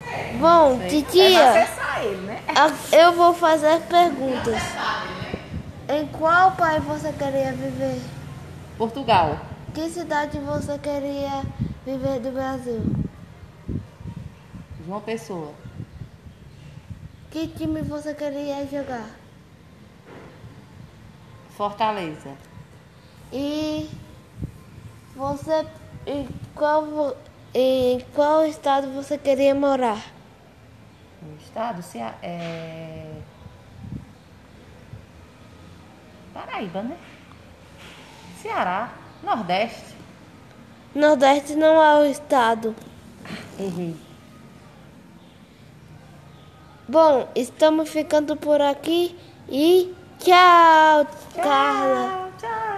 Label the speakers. Speaker 1: É.
Speaker 2: Bom,
Speaker 1: É
Speaker 2: titia,
Speaker 1: acessar ele, né?
Speaker 2: a- eu vou fazer perguntas. Em qual país você queria viver?
Speaker 1: Portugal.
Speaker 2: Que cidade você queria viver do Brasil?
Speaker 1: João Pessoa.
Speaker 2: Que time você queria jogar?
Speaker 1: Fortaleza.
Speaker 2: E você em qual vo- em qual estado você queria morar?
Speaker 1: No estado, Cea... é... Paraíba, né? Ceará. Nordeste.
Speaker 2: Nordeste não é o estado.
Speaker 1: Errei.
Speaker 2: Bom, estamos ficando por aqui e tchau, Carla.
Speaker 1: Tchau, tchau.